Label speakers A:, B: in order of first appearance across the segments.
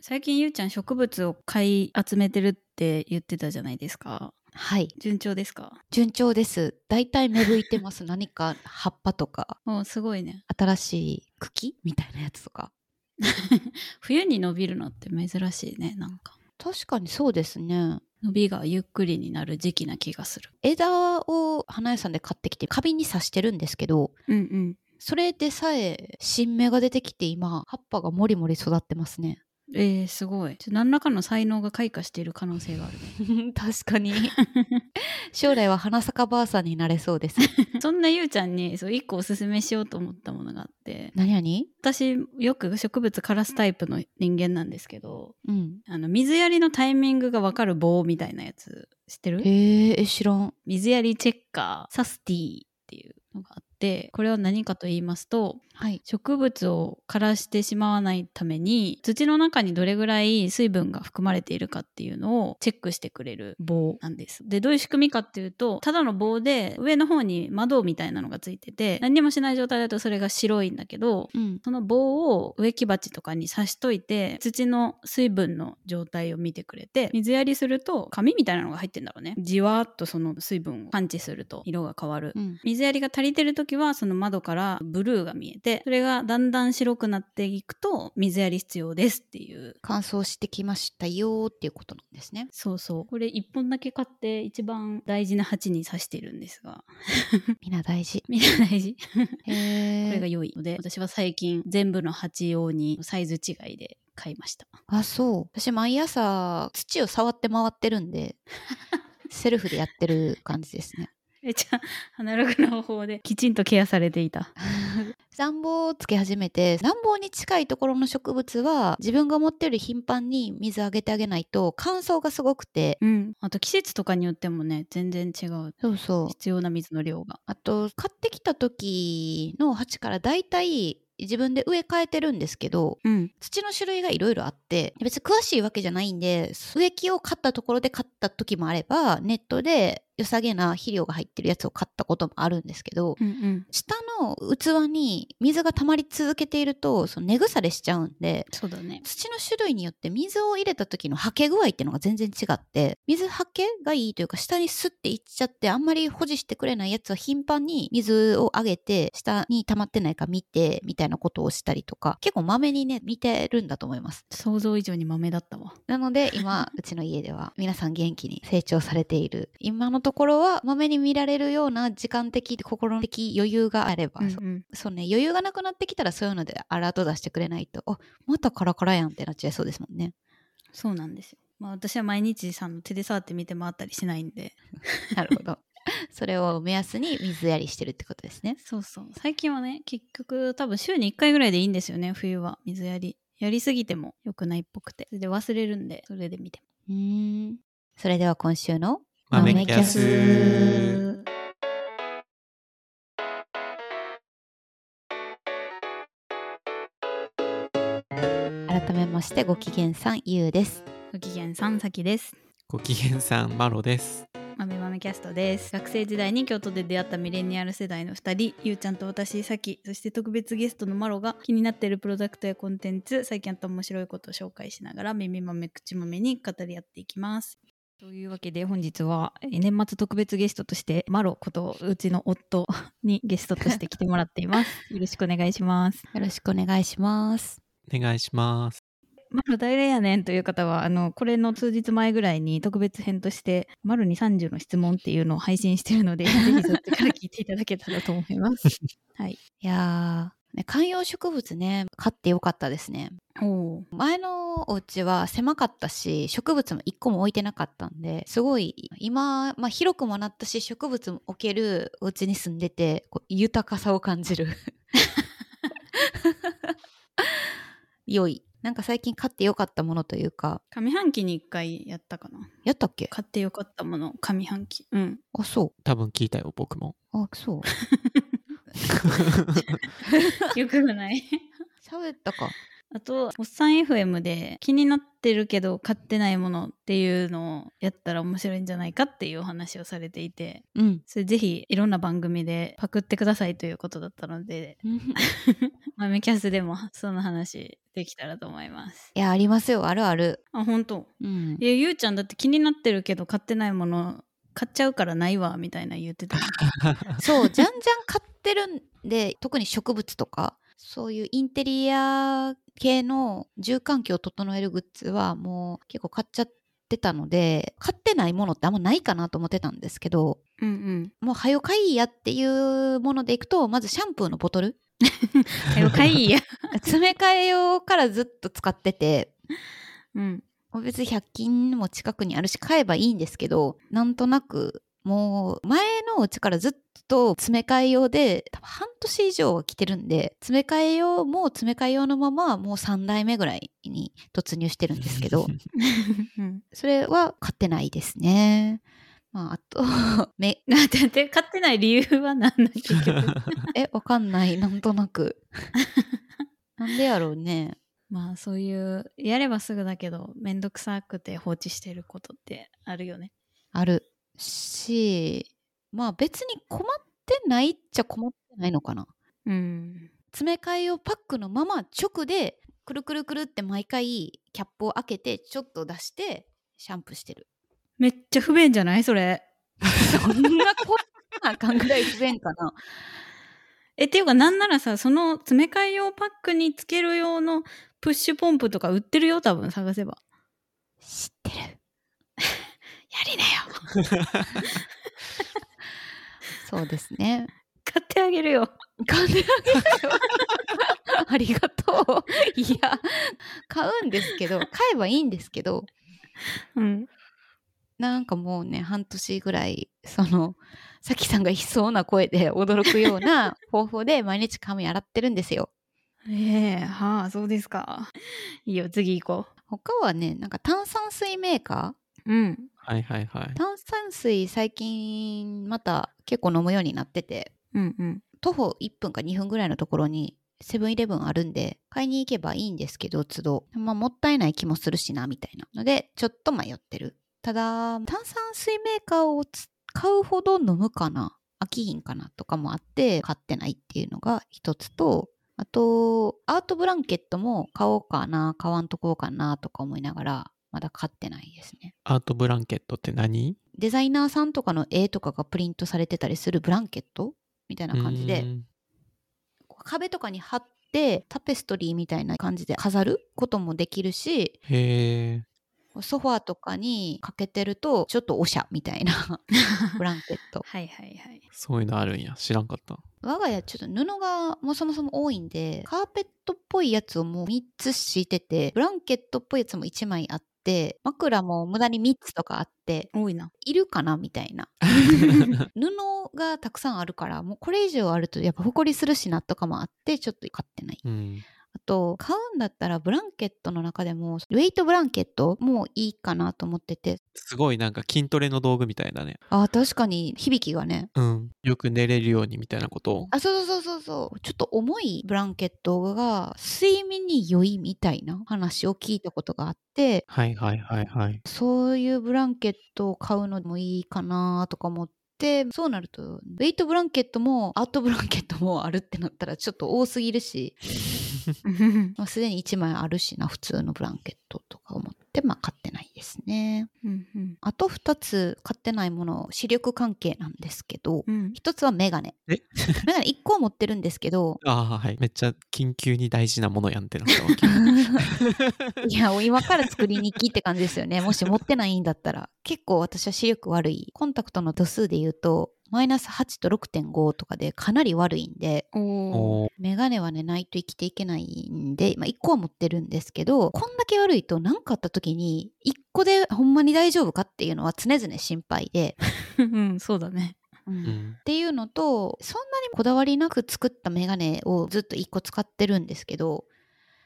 A: 最近ゆうちゃん植物を買い集めてるって言ってたじゃないですか。
B: はい
A: 順調ですか
B: 順調ですだいたい芽吹いてます 何か葉っぱとか
A: おすごいね。
B: 新しい茎みたいなやつとか
A: 冬に伸びるのって珍しいね、なんか。
B: 確かにそうですね
A: 伸びがゆっくりになる時期な気がする。
B: 枝を花屋さんで買ってきて花瓶に刺してるんですけど
A: うんうん。
B: それでさえ新芽が出てきて今葉っぱがもりもり育ってますね
A: えー、すごい。ちょ何らかの才能が開花している可能性があ るね。
B: 確かに 将来は花坂ばあさんになれそうです
A: そんなゆうちゃんにそう一個おすすめしようと思ったものがあって
B: 何々
A: 私よく植物枯らすタイプの人間なんですけど
B: うん
A: あの水やりのタイミングが分かる棒みたいなやつ知ってる
B: へええ知らん
A: 水やりチェッカーサスティーっていうのがあってこれは何かと言いますと
B: はい
A: 植物を枯らしてしまわないために土の中にどれぐらい水分が含まれているかっていうのをチェックしてくれる棒なんです。でどういう仕組みかっていうとただの棒で上の方に窓みたいなのがついてて何にもしない状態だとそれが白いんだけど
B: うん
A: その棒を植木鉢とかに刺しといて土の水分の状態を見てくれて水やりすると紙みたいなのが入ってんだろうねじわーっとその水分を感知すると色が変わる
B: うん
A: 水やりが足りてる時はその窓からブルーが見えてそれがだんだん白くなっていくと水やり必要ですっていう
B: 乾燥してきましたよーっていうことなんですね
A: そうそうこれ1本だけ買って一番大事な鉢に刺しているんですが
B: みんな大事
A: みんな大事
B: へ
A: これが
B: え
A: 良いので私は最近全部の鉢用にサイズ違いで買いました
B: あそう私毎朝土を触って回ってるんでセルフでやってる感じですね
A: めっちゃアナログな方法できちんとケアされていた
B: 暖房をつけ始めて暖房に近いところの植物は自分が持ってるより頻繁に水あげてあげないと乾燥がすごくて
A: うんあと季節とかによってもね全然違う
B: そうそう
A: 必要な水の量が
B: あと買ってきた時の鉢からだいたい自分で植え替えてるんですけど
A: うん
B: 土の種類がいろいろあって別に詳しいわけじゃないんで植木を買ったところで買った時もあればネットで良さげな肥料が入ってるやつを買ったこともあるんですけど
A: うんうん
B: 下の器に水が溜まり続けているとその根腐れしちゃうんで
A: そうだね
B: 土の種類によって水を入れた時のはけ具合っていうのが全然違って水はけがいいというか下にスッていっちゃってあんまり保持してくれないやつは頻繁に水をあげて下に溜まってないか見てみたいなことをしたりとか結構まめにね見てるんだと思います
A: 想像以上に豆だったわ
B: なので 今うちの家では皆さん元気に成長されている今のところはまめに見られるような時間的心的余裕があれば、
A: うんう
B: そ
A: ん
B: そうね余裕がなくなってきたらそういうのでアラート出してくれないとあまたカラカラやんってなっちゃいそうですもんね
A: そうなんですよまあ私は毎日さんの手で触って見て回ったりしないんで
B: なるほど。それを目安に水やりしてるってことですね。
A: そうそう最近はね結局多分週に1回ぐらいでいいんですよね冬は水やりやりすぎても良くないっぽくてそれで忘れるんでそれで見てま
B: うーん。それでは今週の
C: 豆キャス
B: 改めましてご機嫌さんゆうです。
A: すご機嫌さんさきです
C: ご機嫌さんマロです
A: まめまめキャストです学生時代に京都で出会ったミレニアル世代の2人ゆうちゃんと私さきそして特別ゲストのマロが気になっているプロダクトやコンテンツ最近あった面白いことを紹介しながら耳まめ口まめに語り合っていきますというわけで本日はえー年末特別ゲストとしてマロことうちの夫にゲストとして来てもらっていますよろしくお願いします
B: よろしくお願いします。
C: お願いします
A: マロ誰やねんという方はあのこれの数日前ぐらいに特別編として「マロに30の質問」っていうのを配信してるので ぜひそっちから聞いていただけたらと思います。はい、
B: いやー、ね、観葉植物ね、買ってよかったですね。
A: お
B: 前のお家は狭かったし植物も一個も置いてなかったんですごい今、まあ、広くもなったし植物も置けるお家に住んでてこう豊かさを感じる良いなんか最近買ってよかったものというか
A: 上半期に1回やったかな
B: やったっけ
A: 買ってよかったもの上半期 うん
B: あそ
C: 多分聞いたよ僕も
B: うあそう
A: よくない
B: 喋ったか
A: あと「おっさん FM」で気になってるけど買ってないものっていうのをやったら面白いんじゃないかっていうお話をされていて
B: うん
A: それぜひいろんな番組でパクってくださいということだったので豆キャスでもその話できたらと思います。
B: いや、ありますよ。あるある。
A: あ、本当。
B: うん
A: い。や、ゆうちゃんだって気になってるけど買ってないもの買っちゃうからないわみたいな言ってた。
B: そう、じゃんじゃん買ってるんで、特に植物とか、そういうインテリア系の住環境を整えるグッズはもう結構買っちゃってたので、買ってないものってあんまないかなと思ってたんですけど、
A: うんうん。
B: もう早よ買いやっていうものでいくと、まずシャンプーのボトル。
A: はよ買いや。
B: 詰め替え用からずっと使ってて、
A: うん。
B: もう別に100均も近くにあるし買えばいいんですけど、なんとなくもう前のうちからずっと詰め替え用で多分半年以上は来てるんで、詰め替え用も詰め替え用のままもう3代目ぐらいに突入してるんですけど、
A: うん、
B: それは買ってないですね。まあ、あと、 め、
A: だってだって買ってない理由は何だ結 局
B: え、わかんない。なんとなく。なんでやろうね。
A: まあそういうやればすぐだけどめんどくさくて放置してることってあるよね。
B: あるしまあ別に困ってないっちゃ困ってないのかな
A: うん。
B: 詰め替えをパックのまま直でくるくるくるって毎回キャップを開けてちょっと出してシャンプーしてる
A: めっちゃ不便じゃないそれ。
B: そんなこんな感ぐらい不便かな
A: えっていうかなんならさその詰め替え用パックにつける用のプッシュポンプとか売ってるよ多分探せば。
B: 知ってる
A: やりなよ
B: そうですね
A: 買ってあげるよ。
B: 買ってあげるよありがとういや買うんですけど買えばいいんですけど
A: うん。
B: なんかもうね、半年ぐらい、その、さきさんが悲壮な声で驚くような方法で毎日髪洗ってるんですよ。
A: ええはあそうですか。いいよ次行こ
B: 他はね、なんか炭酸水メーカ
A: う。うん。
C: はいはいはい
B: ー。炭酸水最近また結構飲むようになってて、
A: うんうん。
B: 徒歩1分か2分ぐらいのところにセブンイレブンあるんで、買いに行けばいいんですけど、都度。まあもったいない気もするしな、みたいな。ので、ちょっと迷ってる。ただ、炭酸水メーカーを使うほど飲むかな、飽きひんかなとかもあって、買ってないっていうのが一つと、あと、アートブランケットも買おうかな、買わんとこうかなとか思いながら、まだ買ってないですね。
C: アートブランケットって何
B: デザイナーさんとかの絵とかがプリントされてたりするブランケットみたいな感じで
C: うー、ん
B: こう壁とかに貼ってタペストリーみたいな感じで飾ることもできるし
C: へえ。
B: ソファーとかにかけてるとちょっとおしゃみたいな ブランケッ ト
A: はいはいはい。
C: そういうのあるんや。知らんかった。
B: 我が家ちょっと布がもうそもそも多いんでカーペットっぽいやつをもう3つ敷いててブランケットっぽいやつも1枚あって枕も無駄に3つとかあって
A: 多いな。
B: いるかなみたいな布がたくさんあるからもうこれ以上あるとやっぱ埃するしなとかもあってちょっと買ってない
C: うん。
B: あと買うんだったらブランケットの中でもウェイトブランケットもいいかなと思ってて
C: すごいなんか筋トレの道具みたいだね。
B: あー確かに響きがね
C: うん。よく寝れるようにみたいなこと
B: あそうそうそうそうそうちょっと重いブランケットが睡眠に良いみたいな話を聞いたことがあって
C: はいはいはいはい。
B: そういうブランケットを買うのもいいかなとか思って。そうなるとウェイトブランケットもアートブランケットもあるってなったらちょっと多すぎるし
A: うん
B: まあすでに1枚あるしな普通のブランケットとか思ってまあ買ってないですね。
A: うん
B: あと2つ買ってないもの視力関係なんですけど
A: うん。
B: 1つはメガネ
C: え
B: メガネ1個は持ってるんですけど
C: ああ、はい。めっちゃ緊急に大事なものやんってなったわけ。
B: いや今から作りに行きって感じですよねもし持ってないんだったら結構私は視力悪いコンタクトの度数で言うとマイナス8と6.5とかでかなり悪いんで
A: おお。
C: おー
B: メガネはねないと生きていけないんで、まあ、1個は持ってるんですけどこんだけ悪いと何かあった時に1個でほんまに大丈夫かっていうのは常々心配で、
A: うんそうだね。
B: うん
C: うん
B: っ。ていうのとそんなにこだわりなく作ったメガネをずっと1個使ってるんですけど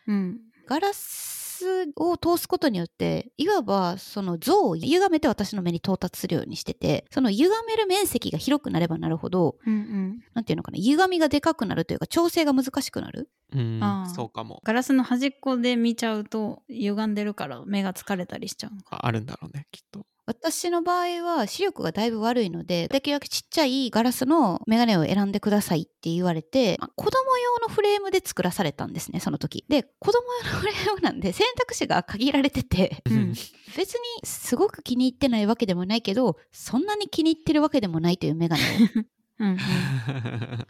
A: うん。
B: ガラスを通すことによっていわばその像を歪めて私の目に到達するようにしててその歪める面積が広くなればなるほど
A: うんうん。
B: 何ていうのかな歪みがでかくなるというか調整が難しくなる
C: うん
A: あー
C: そうかも。
A: ガラスの端っこで見ちゃうと歪んでるから目が疲れたりしちゃうのか。
C: ああるんだろうね、きっと。
B: 私の場合は視力がだいぶ悪いのでできるだけちっちゃいガラスのメガネを選んでくださいって言われて、まあ子供用のフレームで作らされたんですねその時で子供用のフレームなんで選択肢が限られてて
A: うん
B: 別にすごく気に入ってないわけでもないけどそんなに気に入ってるわけでもないというメガネを
A: うんうん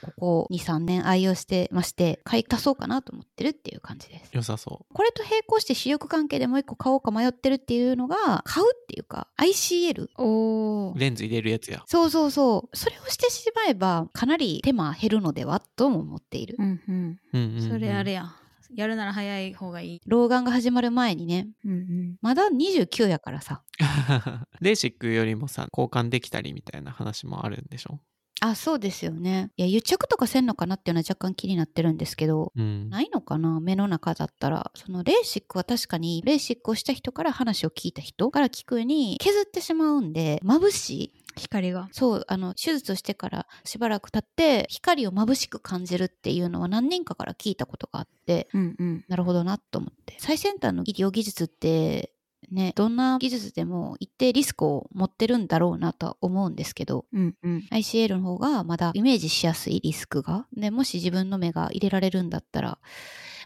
B: ここ23年愛用してまして買い足そうかなと思ってるっていう感じです
C: 良さそ
B: これと並行して視力関係でもう一個買おうか迷ってるっていうのが買うっていうか ICL
A: お
C: う
A: ー
C: レンズ入れるやつや
B: そうそうそうそれをしてしまえばかなり手間減るのではとも思っている、
A: うんうん
C: うんうんうん
A: それあれややるなら早い方がいい
B: 老眼が始まる前にね
A: うんうん
B: まだ29やからさ
C: レーシックよりもさ交換できたりみたいな話もあるんでしょ、
B: あそうですよねいや癒着とかせんのかなっていうのは若干気になってるんですけど
C: うん、
B: ないのかな目の中だったらそのレーシックは確かにレーシックをした人から話を聞いた人から聞くに削ってしまうんで眩しい
A: 光が
B: そうあの手術をしてからしばらく経って光を眩しく感じるっていうのは何人かから聞いたことがあって
A: うんうん
B: なるほどなと思って最先端の医療技術ってねどんな技術でも一定リスクを持ってるんだろうなとは思うんですけど
A: うんうん
B: ICL の方がまだイメージしやすいリスクが、ね、もし自分の目が入れられるんだったら、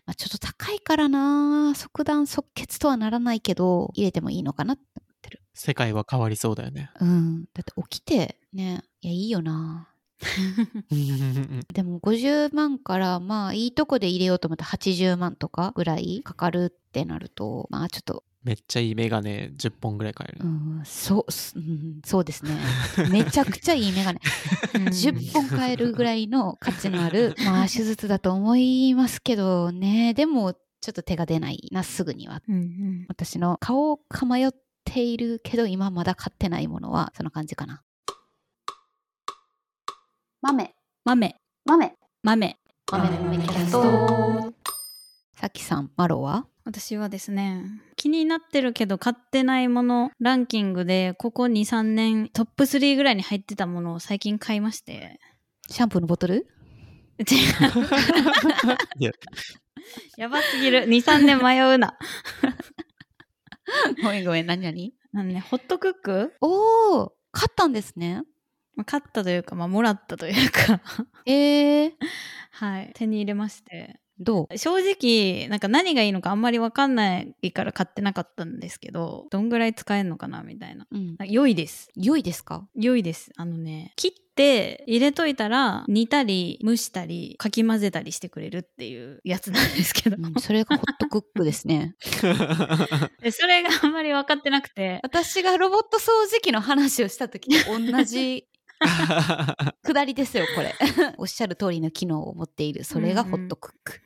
B: まあ、ちょっと高いからな即断即決とはならないけど入れてもいいのかなって思ってる
C: 世界は変わりそうだよね
B: うんだって起きてねいやいいよなでも50万からまあいいとこで入れようと思ったら80万とかぐらいかかるってなるとまあちょっと
C: めっちゃいいメガネ10本ぐらい買える、
B: うんそう、すうん、そうですねめちゃくちゃいいメガネ
A: うん
B: 10本買えるぐらいの価値のあるまあ手術だと思いますけどねでもちょっと手が出ないなすぐには
A: うんうん
B: 私の顔をかまよっているけど今まだ買ってないものはそんな感じかな豆
A: 豆
B: 豆
A: 豆
B: 豆のキャストさきさんマロは
A: 私はですね気になってるけど買ってないものランキングでここ23年トップ3ぐらいに入ってたものを最近買いま して
B: シャンプーのボトル
A: 違う
C: いや
A: やばすぎる23年迷うな
B: ごめんごめん何何
A: あのねホットクック
B: おお買ったんですね
A: まあ買ったというか、まあ、もらったというか
B: えー、
A: はい手に入れまして
B: どう
A: 正直なんか何がいいのかあんまり分かんないから買ってなかったんですけどどんぐらい使えるのかなみたいな
B: うん
A: あ良いです
B: 良いですか
A: 良いですあのね切って入れといたら煮たり蒸したりかき混ぜたりしてくれるっていうやつなんですけど、
B: うん、 それがホットクックですね。
A: でそれがあんまり分かってなくて
B: 私がロボット掃除機の話をした時と同じくだりですよ、これ。 おっしゃる通りの機能を持っている。それがホットクック。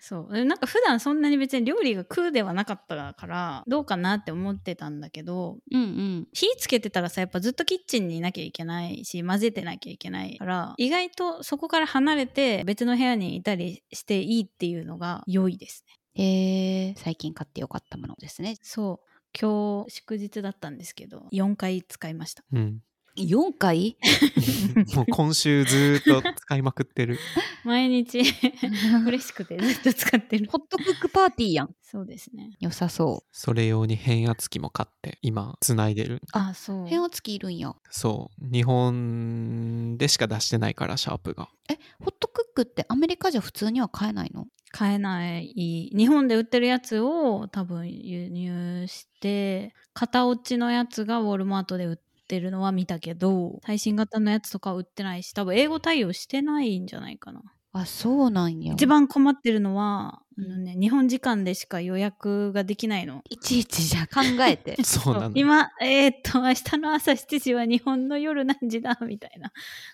A: そうでなんか普段そんなに別に料理が空ではなかったからどうかなって思ってたんだけど
B: うんうん。
A: 火つけてたらさやっぱずっとキッチンにいなきゃいけないし混ぜてなきゃいけないから意外とそこから離れて別の部屋にいたりしていいっていうのが良いですね
B: えー、最近買ってよかったものですね。
A: そう今日祝日だったんですけど4回使いました
C: うん、
B: 4回
C: もう今週ずーっと使いまくってる
A: 毎日
B: ホ
A: 嬉しくてずっと使ってる
B: ットクックパーティーやん。
A: そうですね
B: 良さそ
C: それ用に変圧器も買って今つないでる
A: あそう
B: う。変圧器いるんや。
C: そう日本でしか出してないからシャープが。
B: え、ホットクックってアメリカじゃ普通には買えないの
A: 買えない日本で売ってるやつを多分輸入して型落ちのやつがウォルマートで売ってるのは見たけど最新型のやつとかは売ってないし多分英語対応してないんじゃないかな
B: あ、そうなんや。
A: 一番困ってるのは、
B: うん
A: あのね、日本時間でしか予約ができないの
B: いちいちじゃ考えて
C: そうなの
A: 今えーっと明日の朝7時は日本の夜何時だみたいな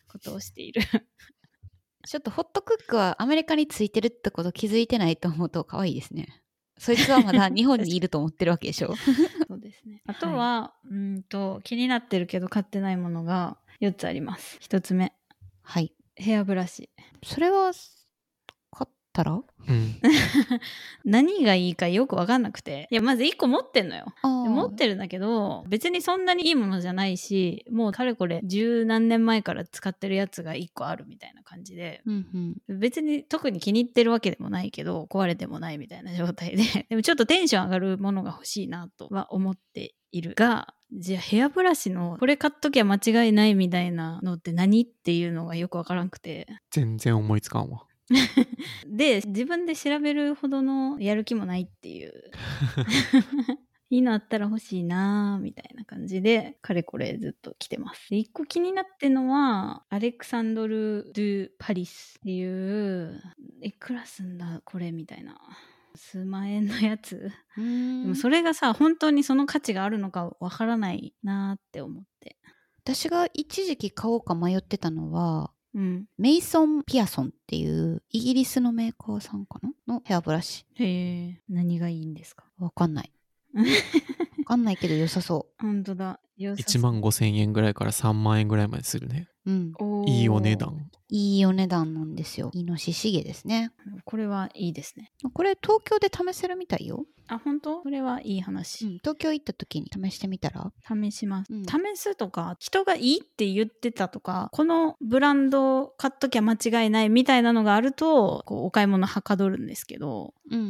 A: ことをしている
B: ちょっとホットクックはアメリカについてるってこと気づいてないと思うと可愛いですね。そいつはまだ日本にいると思ってるわけで しょ。
A: そうですね。
B: は
A: あ
B: い
A: とは、うんと気になってるけど買ってないものが4つあります。1つ目、
B: はい。
A: ヘアブラシ。
B: それは、買ったら
C: うん、
A: 何がいいかよくわかんなくて。いや、まず1個持ってんのよ。
B: あ
A: で
B: ー
A: 持ってるんだけど、別にそんなにいいものじゃないし、もうかれこれ十何年前から使ってるやつが1個あるみたいな感じで。
B: うんうん。
A: 別に特に気に入ってるわけでもないけど壊れてもない みたいな状態ででもちょっとテンション上がるものが欲しいなとは思っているがじゃあヘアブラシのこれ買っときゃ間違いないみたいなのって何っていうのがよくわからんくて
C: 全然思いつかんわ。
A: で自分で調べるほどのやる気もないって いういいのあったら欲しいなーみたいな感じでかれこれずっと来てますで一個気になってんのはアレクサンドル・ドゥ・パリスっていういくらすんだこれみたいな数万円のやつでもそれがさ本当にその価値があるのかわからないなーって思って
B: 私が一時期買おうか迷ってたのは
A: うん
B: メイソン・ピアソンっていうイギリスのメーカーさんかなのヘアブラシ
A: へえ何がいいんですか
B: わか んないわかんないけど良さそ
A: 本当だ
C: 1万5千円ぐらいから3万円ぐらいまでするね。
B: う、うん、
C: いいお値段。
B: いいお値段なんですよイノシシ毛ですね
A: これはいいですね
B: これ東京で試せるみたいよ、
A: あ本当これはいいう話、
B: ん、東京行った時に試してみたら
A: 試します、
B: うん
A: 試すとか人がいいって言ってたとかこのブランドを買っときゃ間違いないみたいなのがあるとこうお買い物はかどるんですけど
B: うんうんう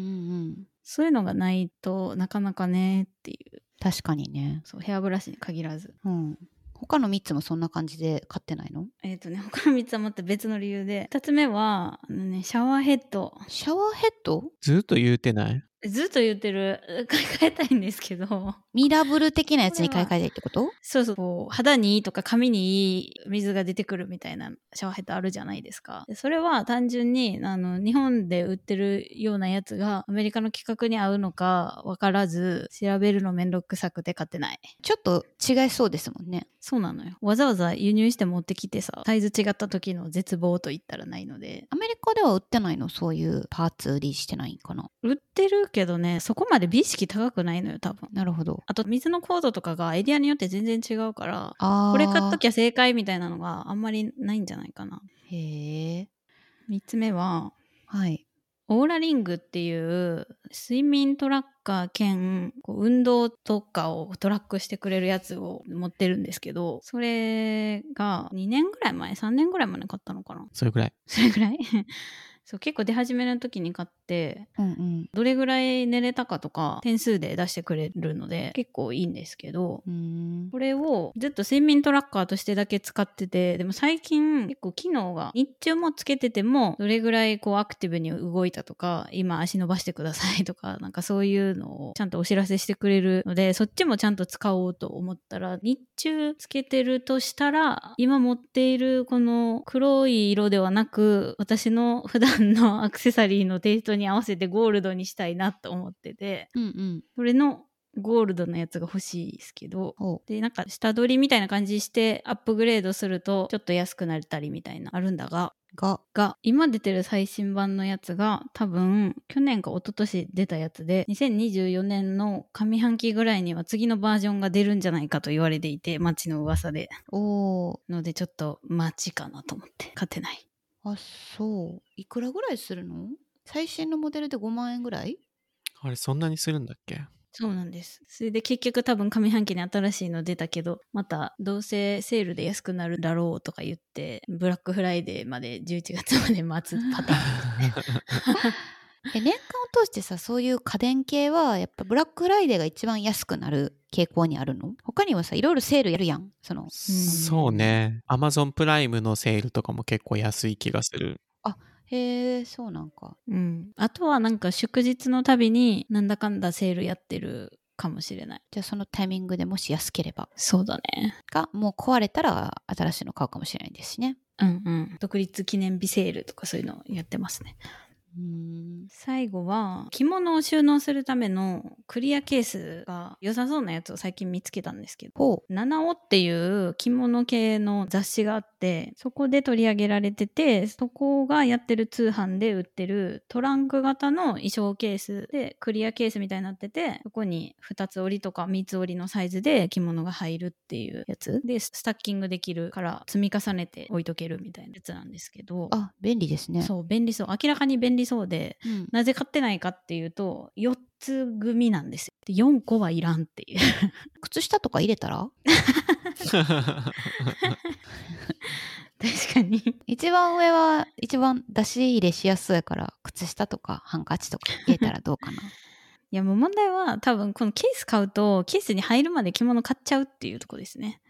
B: ん
A: そういうのがないとなかなかねっていう
B: 確かにね
A: そうヘアブラシに限らず
B: うん他の3つもそんな感じで買ってないの
A: えっ、とね 他の3つはまた別の理由で2つ目はあの、ね、シャワーヘッド
B: シャワーヘッド
C: ずっと言うてない
A: ずっと言ってる 買い替えたいんですけど
B: ミラブル的なやつに買い替えたいってこと
A: そうそうこう肌にいいとか髪にいい水が出てくるみたいなシャワーヘッドあるじゃないですかでそれは単純にあの日本で売ってるようなやつがアメリカの規格に合うのか分からず調べるのめんどくさくて買ってない
B: ちょっと違いそうですもんね
A: そうなのよわざわざ輸入して持ってきてさサイズ違った時の絶望と言ったらないので
B: アメリカでは売ってないのそういうパーツ売りしてないんかな
A: 売ってるけどねそこまで美意識高くないのよ多分
B: なるほど
A: あと水の高度とかがエリアによって全然違うから
B: あー
A: これ買っときゃ正解みたいなのがあんまりないんじゃないかな
B: へえ
A: 3つ目は
B: はい
A: オーラリングっていう睡眠トラッカー兼こう運動とかをトラックしてくれるやつを持ってるんですけどそれが2年ぐらい前3年ぐらい前に買ったのかな
C: それぐらい。
A: それぐらい そう結構出始めの時に買って
B: うんうん
A: どれぐらい寝れたかとか点数で出してくれるので結構いいんですけど
B: うーん
A: これをずっと睡眠トラッカーとしてだけ使っててでも最近結構機能が日中もつけててもどれぐらいこうアクティブに動いたとか今足伸ばしてくださいとかなんかそういうのをちゃんとお知らせしてくれるのでそっちもちゃんと使おうと思ったら日中つけてるとしたら今持っているこの黒い色ではなく私の普段のアクセサリーのテイストに合わせてゴールドにしたいなと思ってて
B: うんうん
A: それのゴールドのやつが欲しいですけど
B: お
A: でなんか下取りみたいな感じしてアップグレードするとちょっと安くなれたりみたいなあるんだが
B: が
A: が今出てる最新版のやつが多分去年か一昨年出たやつで2024年の上半期ぐらいには次のバージョンが出るんじゃないかと言われていて街の噂で
B: おー
A: のでちょっと街かなと思って買ってない
B: あそういくらぐらいするの最新のモデルで5万円ぐらい
C: あれ、そんなにするんだっけ
A: そうなんですそれで結局多分上半期に新しいの出たけどまたどうせセールで安くなるだろうとか言ってブラックフライデーまで11月まで待つパターン
B: で年間を通してさそういう家電系はやっぱブラックフライデーが一番安くなる傾向にあるの他にはさいろいろセールやるやんその
C: そうね。アマゾンプライムのセールとかも結構安い気がする。
B: へえそうなんか
A: うん、あとはなんか祝日のたびになんだかんだセールやってるかもしれない
B: じゃあそのタイミングでもし安ければ
A: そうだね
B: がもう壊れたら新しいの買うかもしれないですしね
A: うんうん独立記念日セールとかそういうのやってますね
B: うーん
A: 最後は着物を収納するためのクリアケースが良さそうなやつを最近見つけたんですけど
B: ほ
A: 七尾っていう着物系の雑誌があってそこで取り上げられててそこがやってる通販で売ってるトランク型の衣装ケースでクリアケースみたいになっててそこに2つ折りとか3つ折りのサイズで着物が入るっていうやつでスタッキングできるから積み重ねて置いとけるみたいなやつなんですけど
B: うあ便利ですね
A: そう便利そう明らかに便利そうで
B: う、ん、
A: なぜ買ってないかっていうと4つ組なんですよで4個はいらんっていう
B: 靴下とか入れたら
A: 確かに
B: 一番上は 一番出し入れしやすいから靴下とかハンカチとか入れたらどうかな
A: いやもう問題は多分このケース買うとケースに入るまで着物買っちゃうっていうとこですね。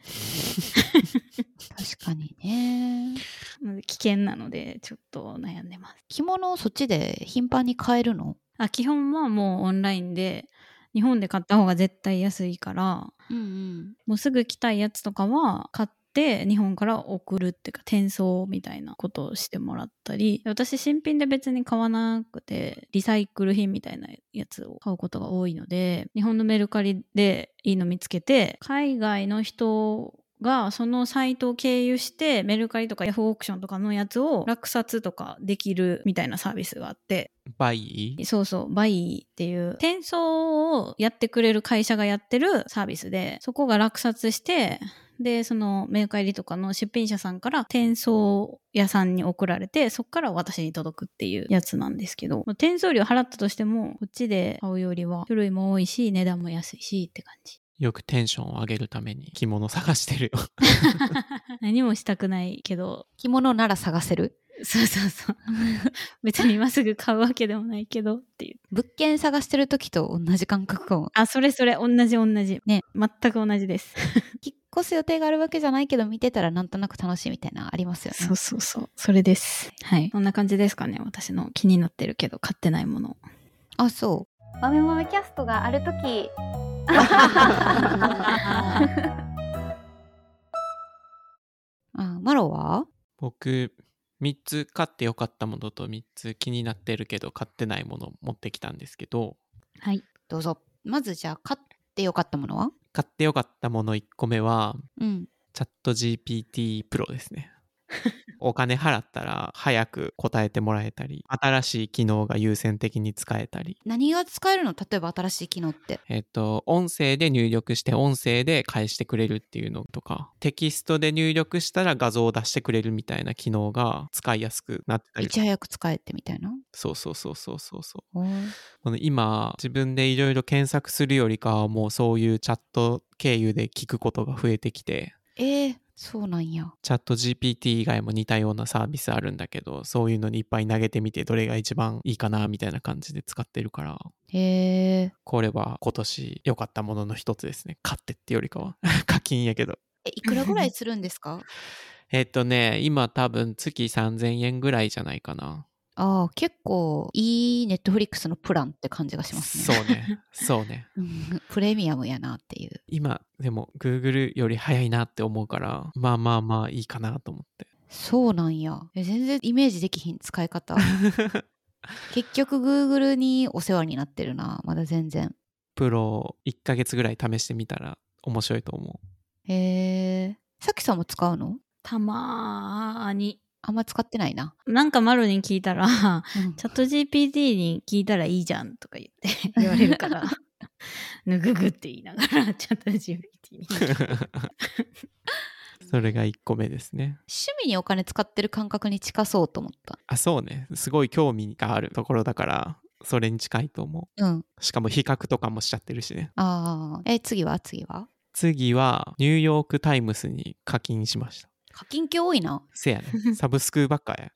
B: 確かにね。
A: なので危険なのでちょっと悩んでます。
B: 着物をそっちで頻繁に買えるの
A: あ基本はもうオンラインで日本で買った方が絶対安いから
B: うんうん。
A: もうすぐ着たいやつとかは買って日本から送るっていうか転送みたいなことをしてもらったり私新品で別に買わなくてリサイクル品みたいなやつを買うことが多いので日本のメルカリでいいの見つけて海外の人がそのサイトを経由してメルカリとかヤフーオークションとかのやつを落札とかできるみたいなサービスがあって
C: バイ
A: そうそう、バイっていう、転送をやってくれる会社がやってるサービスで、そこが落札して、で、そのメルカリとかの出品者さんから転送屋さんに送られて、そこから私に届くっていうやつなんですけど、まあ転送料払ったとしても、こっちで買うよりは種類も多いし、値段も安いしって感じ。
C: よくテンションを上げるために着物探してるよ。
A: 何もしたくないけど、
B: 着物なら探せる
A: そうそうそう。 別に今すぐ買うわけでもないけどっていう。
B: 物件探してる時と同じ感覚かも。
A: あ、それそれ、同じ同じ。
B: ね。
A: 全く同じです。
B: 引っ越す予定があるわけじゃないけど見てたらなんとなく楽しいみたいなのありますよね。
A: そうそうそう。それです。はい。こんな感じですかね。私の気になってるけど買ってないもの。
B: あ、そう。
D: 豆豆キャストがあるとき
B: あマロは
C: 僕、3つ買ってよかったものと3つ気になってるけど買ってないもの持ってきたんですけど、
A: はい。
B: どうぞ。まずじゃあ、買ってよかったものは
C: 買ってよかったもの1個目は、
B: うん。
C: チャット GPT プロで すね。お金払ったら早く答えてもらえたり、新しい機能が優先的に使えたり、
B: 何が使えるの例えば新しい機能って。
C: えっと、音声で入力して音声で返してくれるっていうのとか、テキストで入力したら画像を出してくれるみたいな機能が使いやすくなってた
B: い
C: り、
B: ち早く使えってみたいな。
C: そうそうそうそうそうそう。
B: おー
C: この今自分でいろいろ検索するよりかはもうそういうチャット経由で聞くことが増えてきて
B: えー、そうなんや。
C: チャット GPT 以外も似たようなサービスあるんだけどそういうのにいっぱい投げてみてどれが一番いいかなみたいな感じで使ってるから
B: へえ。
C: これは今年良かったものの一つですね買ってってよりかは 課金やけど
B: え、いくらぐらいするんですか
C: えっとね今多分月3000円ぐらいじゃないかな
B: ああ、結構いいネットフリックスのプランって感じがします
C: そ
B: ね。
C: うねそうね
B: うんプレミアムやなっていう。
C: 今でも Google より早いなって思うからまあまあまあいいかなと思って
B: そうなんや。え全然イメージできひん使い 方。結局 Google にお世話になってるな。まだ全然。
C: プロ1ヶ月ぐらい試してみたら面白いと思
B: へえ。さきさんも使うの
A: たまーに。
B: あんま使ってないな。
A: なんかマロに聞いたら、
B: うん
A: チャット GPT に聞いたらいいじゃんとか言って 言われるから、ぬぐぐって言いながら チャット GPT に。
C: うそれが1個目ですね
B: 趣味にお金使ってる感覚に近そうと思った。
C: あそうねすごい興味があるところだからそれに近いと思
B: うん。
C: うしかも比較とかもしちゃってるしね
B: ああ。え、次は次は
C: 次はニューヨーク・タイムスに課金しました
B: 課金系多いな。
C: せやねサブスクばっかや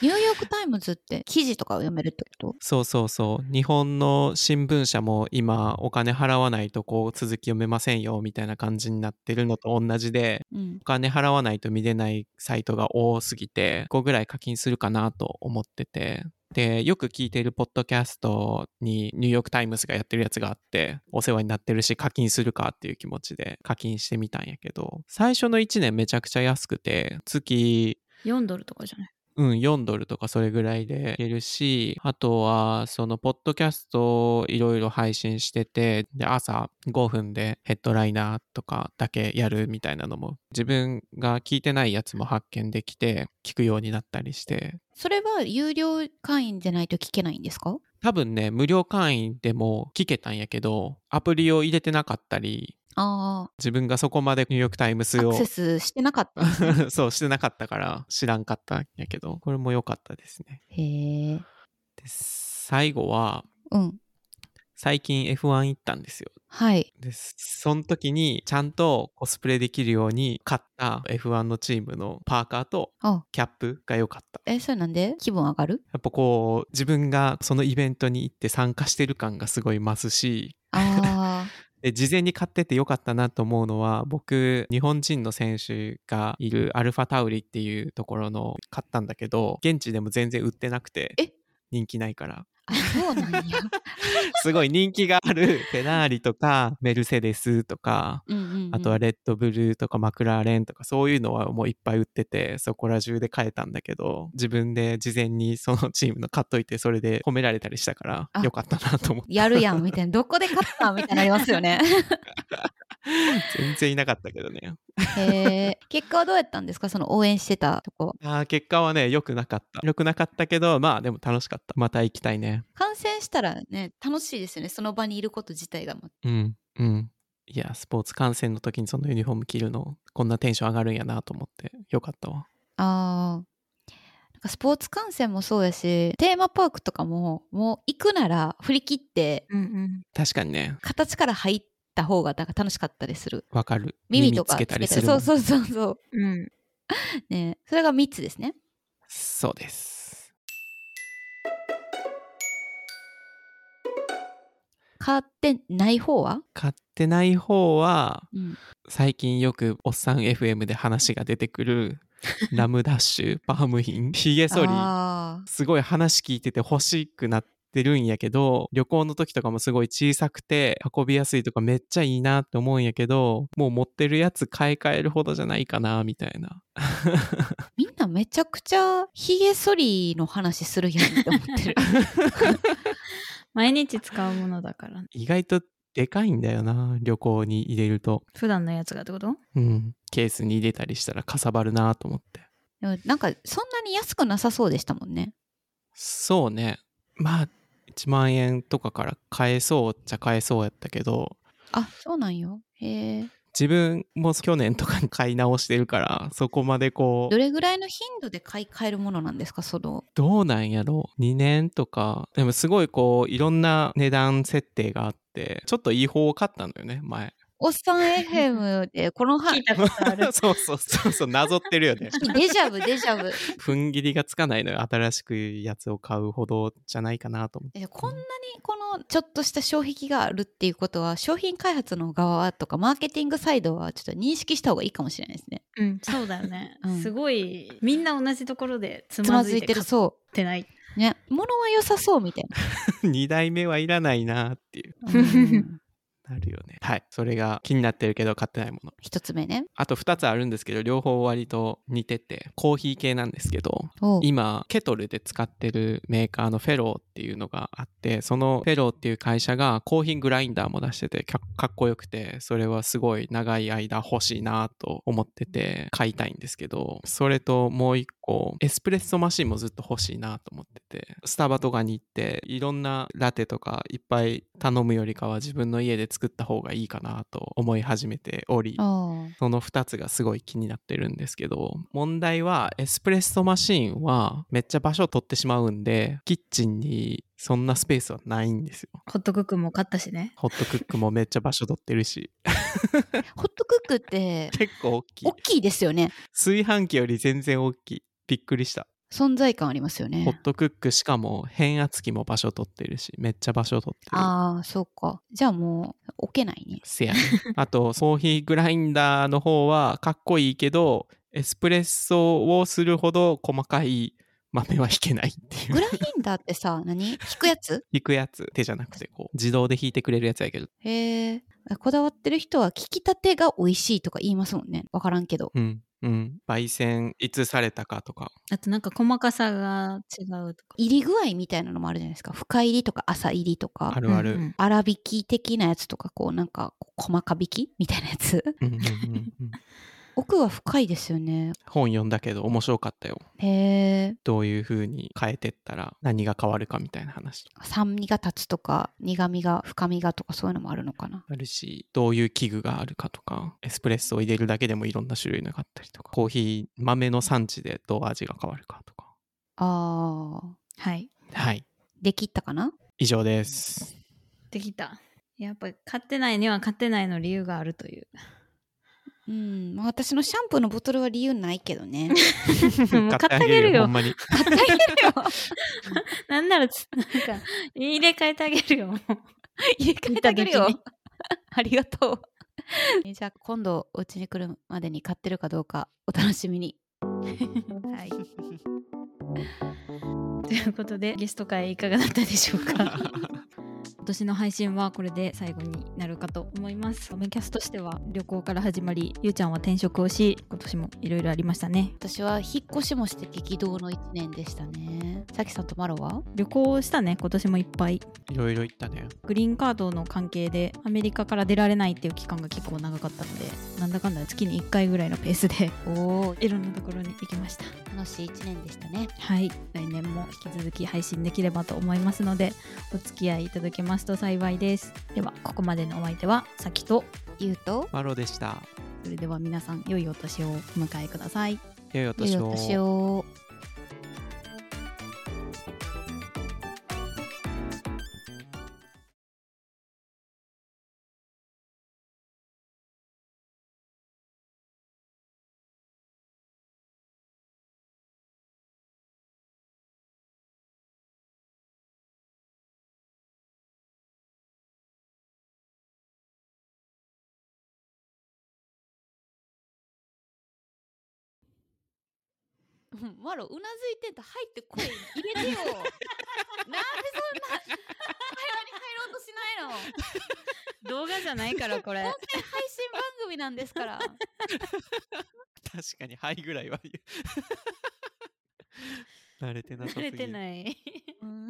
B: ニューヨークタイムズって記事とかを読めるってこと
C: そうそうそう日本の新聞社も今お金払わないとこう続き読めませんよみたいな感じになってるのと同じで
B: うん
C: お。金払わないと見れないサイトが多すぎて5ぐらい課金するかなと思っててでよく聞いているポッドキャストにニューヨーク・タイムズがやってるやつがあってお世話になってるし課金するかっていう気持ちで課金してみたんやけど最初の1年めちゃくちゃ安くて月
A: 4ドルとかじゃない
C: うん、4ドルとかそれぐらいでいけるし、あとは、その、ポッドキャストをいろいろ配信してて、で、朝5分でヘッドライナーとかだけやるみたいなのも、自分が聞いてないやつも発見できて、聞くようになったりして、
B: それは有料会員じゃないと聞けないんですか
C: 多分ね、無料会員でも聞けたんやけど、アプリを入れてなかったり、
B: あ
C: 自分がそこまでニューヨークタイム
B: あ。
C: ス
B: ア
C: を
B: クセスしてなかったんですね。
C: そうしてなかったから知らんかったんやけど、これも良かったですね。
B: へえ。
C: で、最後は、
B: うん。
C: 最近 F1 行ったんですよ。
B: はい。
C: で、その時にちゃんとコスプレできるように買った F1 のチームのパーカーと
B: あ、
C: キャップが良かった。
B: え、それなんで気分上がる
C: やっぱこう自分がそのイベントに行って参加してる感がすごい増すし
B: あ
C: で事前に買っててよかったなと思うのは僕日本人の選手がいるアルファタウリっていうところの買ったんだけど現地でも全然売ってなくて
B: え
C: 人気ないから
B: ー あ、そうなんや。
C: すごい人気がある フェラーリとかメルセデスとか
B: うんうんうん
C: あとはレッドブルーとかマクラーレンとかそういうのはもういっぱい売っててそこら中で買えたんだけど自分で事前にそのチームの買っといてそれで褒められたりしたから
B: あ
C: よかったな と思って
B: やるやんみたいな、どこで買ったんみたいになりますよね。
C: 全然いなかったけどね
B: へえ。結果はどうやったんですかその応援してたとこ。
C: あー結果はね良くなかった良くなかったけどまあでも楽しかったまた行きたいね
B: 観戦したらね、楽しいですよね。その場にいること自体がもう。
C: うんうんいやスポーツ観戦の時にそのユニフォーム着るのこんなテンション上がるんやなと思ってよかったわ
B: ああ。なんかスポーツ観戦もそうやし、テーマパークとかも、もう行くなら振り切って、
A: うんうん
C: 確かにね
B: 形から入った方がなんか楽しかったりする。
C: わかる
B: 耳とか
C: つけたりする
B: そ
C: も
B: うんそうそうそう。
A: うん
B: ねそれが3つですね。
C: そうです
B: 買ってない方は、
C: 買ってない方は
B: うん、
C: 最近よくおっさん FM で話が出てくるラムダッシュパームヒンヒゲ剃り
B: あ
C: すごい話聞いてて欲しくなってるんやけど旅行の時とかもすごい小さくて運びやすいとかめっちゃいいなって思うんやけどもう持ってるやつ買い替えるほどじゃないかなみたいな
B: ーみんなめちゃくちゃひげ剃りの話するやんって思ってる。
A: 毎日使うものだから
C: 意外とでかいんだよな旅行に入れると
A: 普段のやつがってこと
C: うんケースに入れたりしたらかさばるなと思って
B: でもなんかそんなに安くなさそうでしたもんね。
C: そうねまあ1万円とかから買えそうっちゃ買えそうやったけど
B: あそうなんよ。へえ。
C: 自分も去年とかに買い直してるからそこまでこう
B: どれぐらいの頻度で買い替えるものなんですかその。
C: どうなんやろ ?2 年とか。でもすごいこう、いろんな値段設定があって、ちょっといい方を買ったのよね、前。
B: おっさん FM でこの話
A: 聞いたことある
C: そうそうそうそう、なぞってるよね。
B: デジャブデジャブ。
C: 踏ん切りがつかないのよ、新しくやつを買うほどじゃないかなと思って。
B: えこんなにこのちょっとした障壁があるっていうことは商品開発の側とかマーケティングサイドはちょっと認識した方がいいかもしれないですね。
A: うん そうだよね、
B: うん
A: すごいみんな同じところでつ
B: つ
A: ま
B: ま
A: ず
B: ず
A: い
B: い
A: て
B: て
A: 買
B: る
A: っ
B: そ。
A: てないう
B: ね。物は良さそうみたい
C: 2代目はいらないなっていう、
B: な。うん
C: なるよね。はい。それが気になってるけど買ってないもの。
B: 一つ目ね。
C: あと2つあるんですけど、両方割と似てて、コーヒー系なんですけど、
B: おう
C: 今ケトルで使ってるメーカーのフェローっていうのがあってそのフェローっていう会社がコーヒーグラインダーも出しててかかっこよくてそれはすごい長い間欲しいなと思ってて買いたいんですけどそれともう一個エスプレッソマシンもずっと欲しいなと思っててスタバとかに行っていろんなラテとかいっぱい頼むよりかは自分の家で作った方がいいかなと思い始めており
B: あ
C: その2つがすごい気になってるんですけど問題はエスプレッソマシンはめっちゃ場所を取ってしまうんでキッチンにそんなスペースはないんですよ
A: ホットクックも買ったしね
C: ホットクックもめっちゃ場所取って るし
B: あホットクックって
C: 結構大きい
B: 大きいですよね。
C: 炊飯器より全然大きいびっくりした
B: 存在感ありますよ
C: ホ
B: ね
C: ッ。トクックしかも変圧器も場所取ってるしめっちゃ場所取ってる
B: ああ、そうか。じゃあもう置けないね。
C: せやねあとコーヒーグラインダーの方はかっこいいけどエスプレッソをするほど細かい豆はいけないっていう
B: グラインダーってさ、 何引くやつ
C: 引くやつ手じゃなくてこう自動で引いてくれるやつやけど
B: へえ。こだわってる人は聞きたてが美味しいとか言いますもんね。わからんけど。
C: うんうん焙煎いつされたかとか
A: あとなんか細かさが違うとか
B: 入り具合みたいなのもあるじゃないですか。深入りとか浅入りと
C: あ
B: か。
C: るある、
A: う
C: うん
A: うんん
B: 粗挽き的なやつとか、こうなんかこう細か引きみたいなやつ。
C: うんうんうん、
B: 奥は深いですよね。
C: 本読んだけど面白かったよ
B: へえ。
C: どういう風に変えてったら何が変わるかみたいな話
B: 酸味が立つとか、苦味が深みがとかそういうのもあるのかな。
C: あるしどういう器具があるかとかエスプレッソを入れるだけでもいろんな種類のがあったりとかコーヒー豆の産地でどう味が変わるかとか
B: ああ。
A: はい
C: はい
B: できったかな
C: 以上です
A: ってきた。やっぱ勝てないには勝てないの理由があるという。
B: うん、まあ、私のシャンプーのボトルは理由ないけどね。
A: もう買ってあげるよ
C: ほんまに。
B: 買 ってあげるよ。
A: なんならつ、 なんか、入れ替えてあげるよ。もう
B: 入れ替えてあげるよ
A: 見た時に。
B: ありがとう。えじゃあ今度お家に来るまでに買ってるかどうかお楽しみに。
A: はい。ということで、ゲスト会いかがだったでしょう か今年の配信はこれで最後になるかと思います。メキャスとしては旅行から始まり、ゆうちゃんは転職をし、今年もいろいろありましたね。
B: 私は引っ越しもして激動の一年でしたね。さきさんとマロは
A: 旅行をしたね、今年もいっぱい。
C: いろいろ言ったね。
A: グリーンカードの関係でアメリカから出られないっていう期間が結構長かったので、なんだかんだ月に1回ぐらいのペース で
B: おお
A: いろんなところに行きました。
B: 楽しい一年でしたね。
A: はい、来年も引き続き配信できればと思いますので、お付き合いいただけますと幸いです。では、ここまでのお相手は、さきと、
B: 言うと
C: マロでした。
A: それでは皆さん、良いお年をお迎えください。
C: 良いお年
B: 良いお
C: を。
B: 年を。 マロうなずいてんと入って声入 れてよ。なんでそんな会話に入ろうとしないの。音
A: 動画じゃないから、これ。
B: 声配信番組なんです から。
C: 確かに、はいぐらいは言 う。慣れてなさすぎる
A: ない。
B: うん